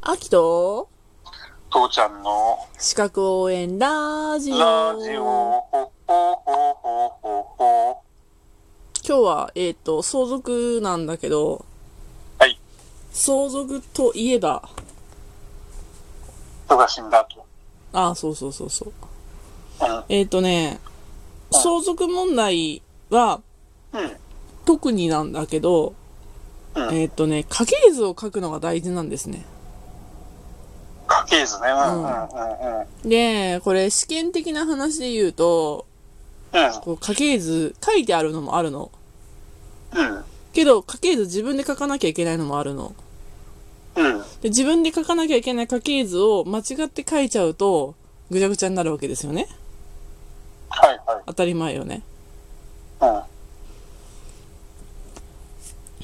秋と父ちゃんの資格応援ラジオラジオ、ほほほほほほ。今日は、えっ、と、相続なんだけど、はい。相続といえば、人が死んだと。あそうそうそうそう。うえっ、とね、相続問題はん。うん。特になんだけど、うんえっ、とね、家系図を書くのが大事なんですね。家系図ね。うんんうんうんうん。で、これ試験的な話で言うと、こう家系図書いてあるのもあるの。うん。けど、家系図自分で書かなきゃいけないのもあるの。うん。うん。で自分で書かなきゃいけない家系図を間違って書いちゃうと、ぐちゃぐちゃになるわけですよね。はいはい。当たり前よね。うん。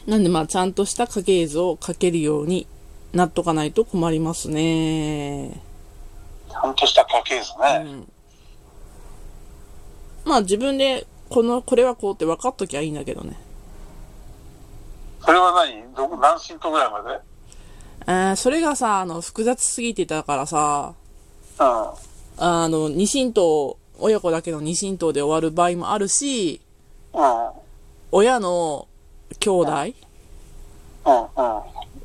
なんでまあ、ちゃんとした家系図を書けるようになっとかないと困りますね。ちゃんとした家系図うね。ん。まあ自分で、この、これはこうって分かっときゃいいんだけどね。それは何ど、何進度ぐらいまであーそれがさ、あの、複雑すぎてたからさ、うあの、二親等、親子だけの二親等で終わる場合もあるし、ん。うん。親の兄弟、うん。うん。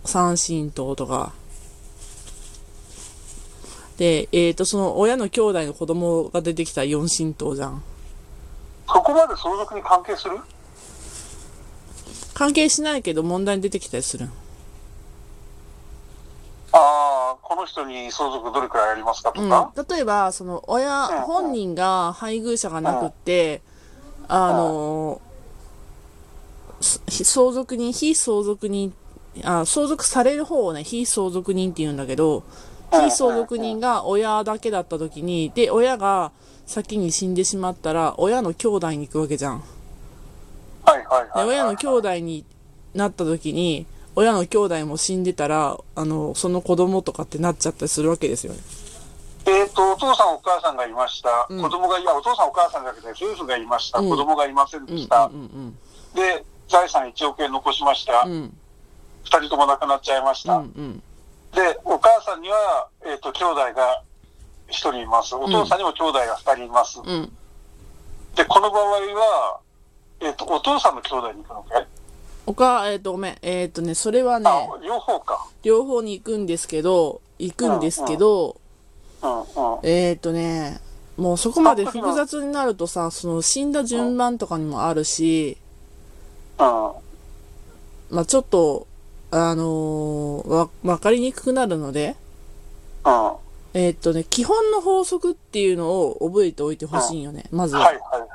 三親等とか。で、えっ、と、その親の兄弟の子供が出てきたら四親等じゃん。そこまで相続に関係する関係しないけど問題に出てきたりする。ああ、この人に相続どれくらいありますかとうん。か。例えば、その親、うん本人が配偶者がなくって、あのす相続人、非相続人、あ相続される方をね、非相続人って言うんだけど、非相続人が親だけだった時に、で、親が先に死んでしまったら、親の兄弟に行くわけじゃん。はいはいで、はい。親の兄弟になった時に、親の兄弟も死んでたら、あの、その子供とかってなっちゃったりするわけですよね。えっ、と、お父さんお母さんがいました。子供がいや、お父さんお母さんだけで夫婦がいました。子供がいませんでした。うんうんで、財産1億円残しました。う二、ん。人とも亡くなっちゃいました。うんうん。で、お母さんには、えっ、と、兄弟が1人います。お父さんにも兄弟が2人います。うん。で、この場合は、えっ、と、お父さんの兄弟に行くのかい、おか、えっ、と、ごめん。えっ、とね、それはね、あ、両方か。両方に行くんですけど、行くんですけど、うんうん。えっ、とね、もうそこまで複雑になるとさ、その死んだ順番とかにもあるし、うん。まあちょっと、あのーわ、わかりにくくなるので、うん。はえっとね、基本の法則っていうのを覚えておいてほしいよね、まずいは。はいはい。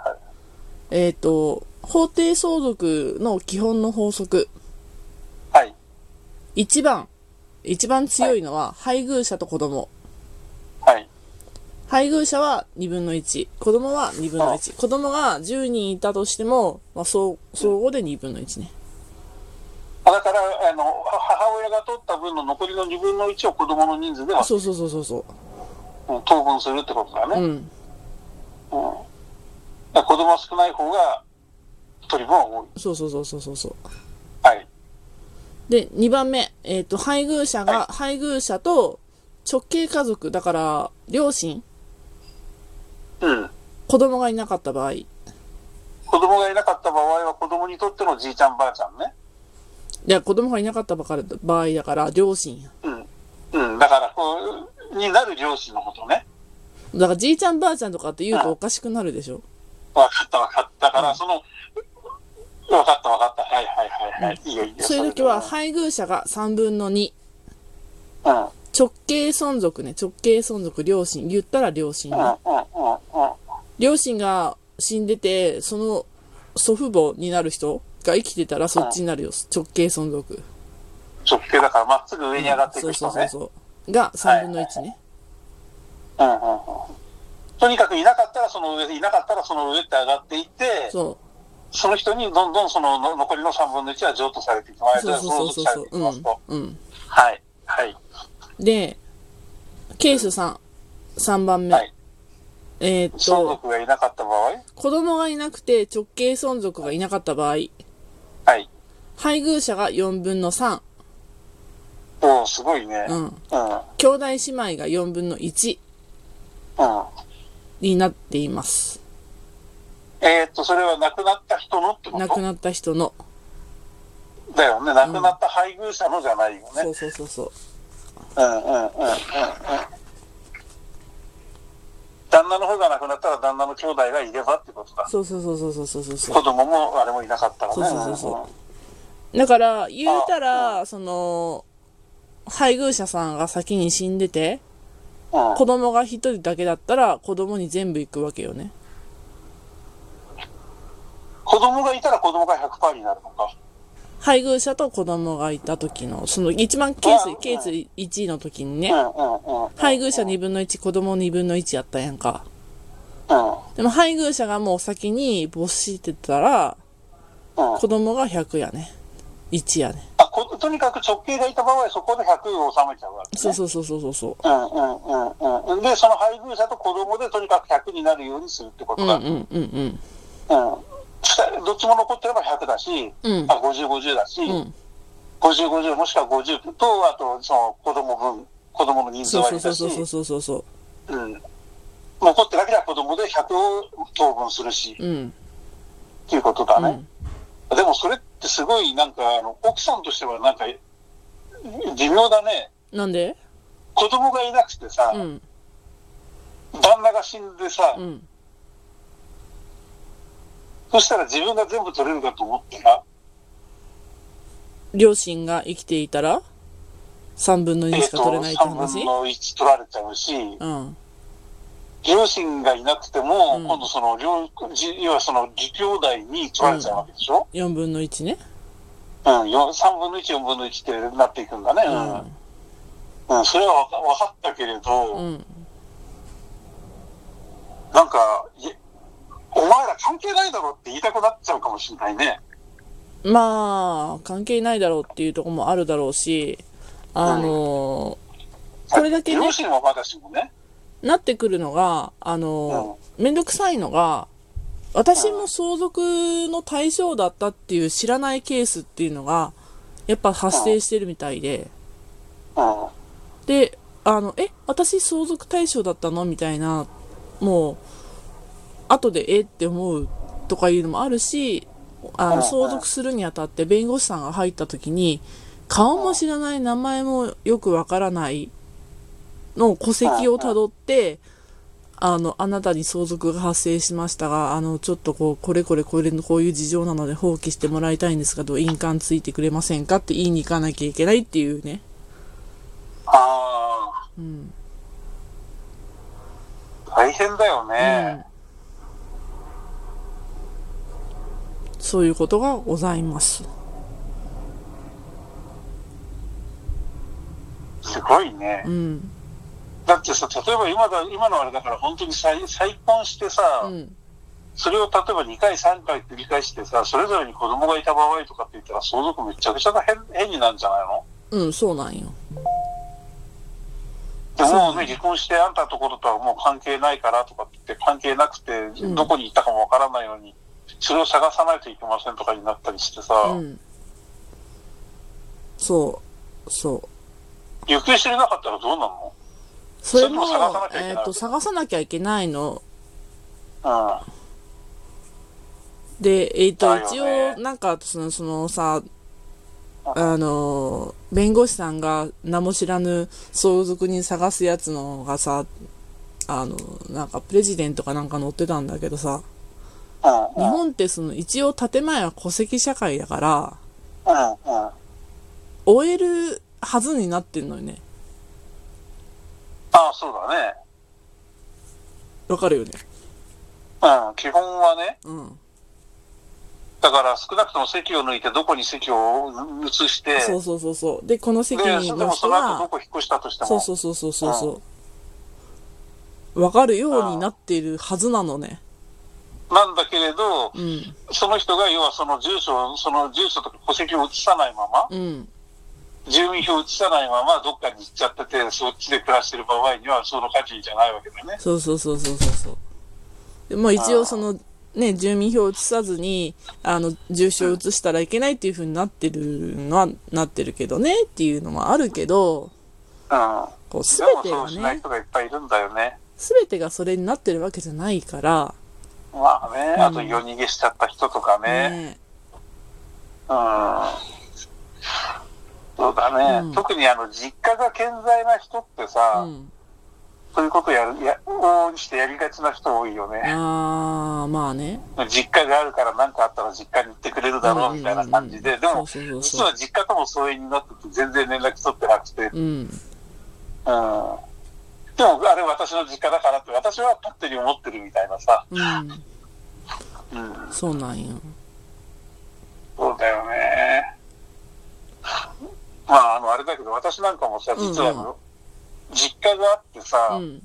えっと、法定相続の基本の法則。はい。 1番。一番強いのは、配偶者と子供。はい。配偶者は2分の1。子供は2分の1。子供が10人いたとしても、まあ、総総合で2分の1ね。だから、あの、母親が取った分の残りの2分の1を子供の人数ではそうそうそうそうそうん当分するってことだう。うね。ん。うん。だから子供少ない方が、取り分は多い。そうそうそうそうそうそう。はい。で、2番目。えっ、と、配偶者が、配偶者と直系家族、だから、両親、うん。子供がいなかった場合。子供がいなかった場合は、子供にとってのじいちゃんばあちゃんね。いや、子供がいなかったばかり場合だから、両親や。うん。うん。だから、こう、になる両親のことね。だから、じいちゃんばあちゃんとかって言うとおかしくなるでしょ。わかったわかった。だかうら、んその、わかったわかった。はいはいはいはい。いいよいいよ。そういう時は、配偶者が3分の2。うん。うん。直系存続ね。直系存続、両親。言ったら両親うん。う。ん。うん。うん。両親が死んでて、その祖父母になる人が生きてたらそっちになるよ。直系存続。直径だから、まっすぐ上に上がっていそくうそう人そうね。そう。が3分の1ね。うんうんうん。とにかくいなかったらその上で、いなかったらその上って上がっていって、そその人にどんどんそのの残りの3分の1は譲渡されていきまう。す。そうそうそう相続さそれうていきそますうと。。うん。うん。はい。はい。で、ケース3。3番目。はいえーっ相と、続がいなかった場合子供がいなくて直系存続がいなかった場合、はい。配偶者が4分の3。おおーすごいね。ううん。うん。ん。兄弟姉妹が4分の1になっています。えーっと、それは亡くなった人のってこ亡くとなった人の。だよね。亡くなった配偶者のじゃないよね。そうそうそうそう。うんうんうんうんうん。旦那の方が亡くなったら旦那の兄弟がいればってことだ。そうそうそうそうそうそうそう子。供もあれもいなかったらね。そうそうそうそうだから、言うたら、その、配偶者さんが先に死んでて、うん子供が一人だけだったら、子供に全部行くわけよね。子供がいたら子供が100%になるのか。配偶者と子供がいた時の、その一番ケーうんス、ケース1位の時にうんね、うんうん。配偶者2分の1、子供2分の1やったやんか。うでも配偶者がもう先に没してたら、んうん。子供が100やね。1やね。あこ、とにかく直径がいた場合はそこで100を収めちゃうわけ、ね。。そうそうそうそうそうそうんうんうんうん。で、その配偶者と子供でとにかく100になるようにするってこう。うとんだ。うんうんうん。うん二どっちも残ってれば100だし、うんあ50、50だし、ん50、50もしくは50と、あとその子供分、子供の人数そう割そうりそだうし、そうそうそうそう。うん残ってるだけでは子供で100を当分するし、うん。っていうことだうねん。。でもそれってすごいなんか、あの奥さんとしてはなんか、微妙だね。なんで子供がいなくてさ、うん。旦那が死んでさ、うん。そしたら自分が全部取れるかと思ってな。両親が生きていたら、3分の2えっ、しと、か取れないって3話分の1取られちゃうし、うん。両親がいなくても、うん今度その両、じ要はその、義兄弟に取られちゃうわけでしょ、 4分の1ね。うん、よ3分の1、4分の1ってなっていくんだね。ううん。うん、それは分か分かったけれど、ん。うん。なんか、いお前ら関係ないだろって言いたくなっちゃうかもしれないね。まあ、関係ないだろうっていうところもあるだろうし、あのーこれだけね両、親はまだしもね。なってくるのが、あのーめんどくさいのが、私も相続の対象だったっていう知らないケースっていうのが、やっぱ発生してるみたいで、うん。で、あの、え、私相続対象だったのみたいな、もう、後でえって思うとかいうのもあるし、あうんうの、ん相続するにあたって弁護士さんが入った時に、顔も知らない、名前もよくわからないの戸籍をたどって、あの、あなたに相続が発生しましたが、あの、ちょっとこう、これこれこれのこういう事情なので放棄してもらいたいんですけど、印鑑ついてくれませんかって言いに行かなきゃいけないっていうね。ああ、うん。大変だようんね。そういうことがございます。すごいね。うん。だってさ、例えば今だ、今のあれだから本当に再再婚してさ、うん。それを例えば2回、3回繰り返してさ、それぞれに子供がいた場合とかって言ったら相続めちゃくちゃな変変になるんじゃないのうん、そうなんよ。でそうもうね、離婚してあんたのところとはもう関係ないからとかって言って関係なくて、んどこに行ったかもわからないように、それを探さないといけませんとかになったりしてさ、うん。そう。そう。行方知れなかったらどうなのそれもそれも探さなきゃい、けないえっ、と、探さなきゃいけないの。うん。で、えっ、と、だ一よね応、なんか、その、そのさ、あのー、弁護士さんが名も知らぬ相続人探すやつのがさ、あの、なんか、プレジデントかなんか載ってたんだけどさ、日うん。うん。本ってその一応建前は戸籍社会だから、うん。うん。終えるはずになってんのよね。ああ、そうだね。わかるよね。うん。基本はね、うん。だから少なくとも席を抜いてどこに席を移して、そうそうそうそう。で、この席で、にそいれでまもすその後どが、こ引っ越したとしても。そうそうそうそうそうそう。わかるようになっているはずなのね。なんだけれど、うん。その人が要はその住所、その住所とか戸籍を移さないまま、うん。住民票を移さないままどっかに行っちゃってて、そっちで暮らしてる場合にはその価値じゃないわけだね。そうそうそうそうそうそう。でまあ一応その、ね、住民票を移さずに、あの、住所を移したらいけないっていう風になってるのは、なってるけどね、っていうのはあるけど、うん。こう、すでべもてそうがしないね、人がいっぱいいるんだよね。すべてがそれになってるわけじゃないから、まあね、あと夜逃げしちゃった人とかね。ね、うん。そうだね、うん特にあの、実家が健在な人ってうさ、ん。そういうことやる、や、往々にしてやりがちな人多いよね。あー、まあね。実家があるから何かあったら実家に行ってくれるだろうみたいな感じで、でも、そうそう実そうは実家とも疎遠になってて全然連絡取ってなくて、うん。でそう。うん。も、あれ私の実家だからって私は勝手に思ってるみたいなさ。うん。うん。そうなんよ。そうだよね。まあ、あの、あれだけど、私なんかもさ、実はあの、うんう実家があってうさ、ん。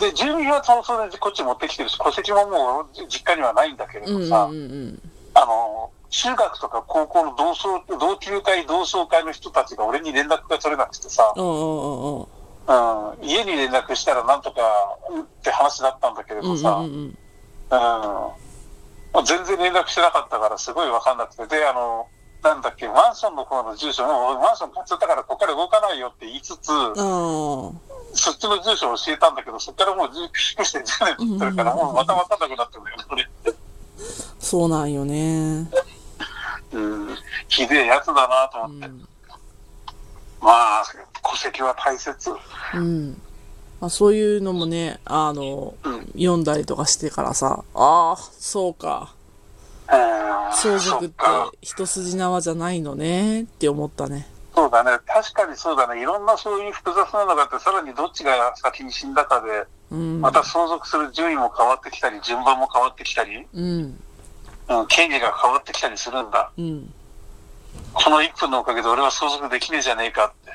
で、住民はそのでこっち持ってきてるし、戸籍ももう実家にはないんだけれうん。うどん。さ、うん。あの、中学とか高校の同窓、同級会、同窓会の人たちが俺に連絡が取れなくてさ、おうおうおううん、家に連絡したらなんとかうんって話だったんだけれおう。うどん。さ、うん。うん。うんまあ、全然連絡してなかったからすごいわかんなくて、で、あの、なんだっけ、マンションの方の住所、もうマンション買っちゃったからここから動かないよって言いつつ、あそっちの住所を教えたんだけど、そっからもう10して10年経ってるから、うんうんうんもうまたわかんなくなってるんだよね、これ。あ、そうなんよね。うん、ひでえやつだなとう思って。ん。まあ、戸籍は大切。うん。まあ、そういうのもね、あの、うん。読んだりとかしてからさ、ああ、そうか。相そ続っってか。一筋縄じゃないのねって思ったね。そうだね。確かにそうだね。いろんなそういう複雑なのがあって、さらにどっちが先に死んだかで、うん。また相続する順位も変わってきたり、順番も変わってきたり、うん。うん、権利が変わってきたりするんだ。うん。この1分のおかげで俺は相続できねえじゃねえかって。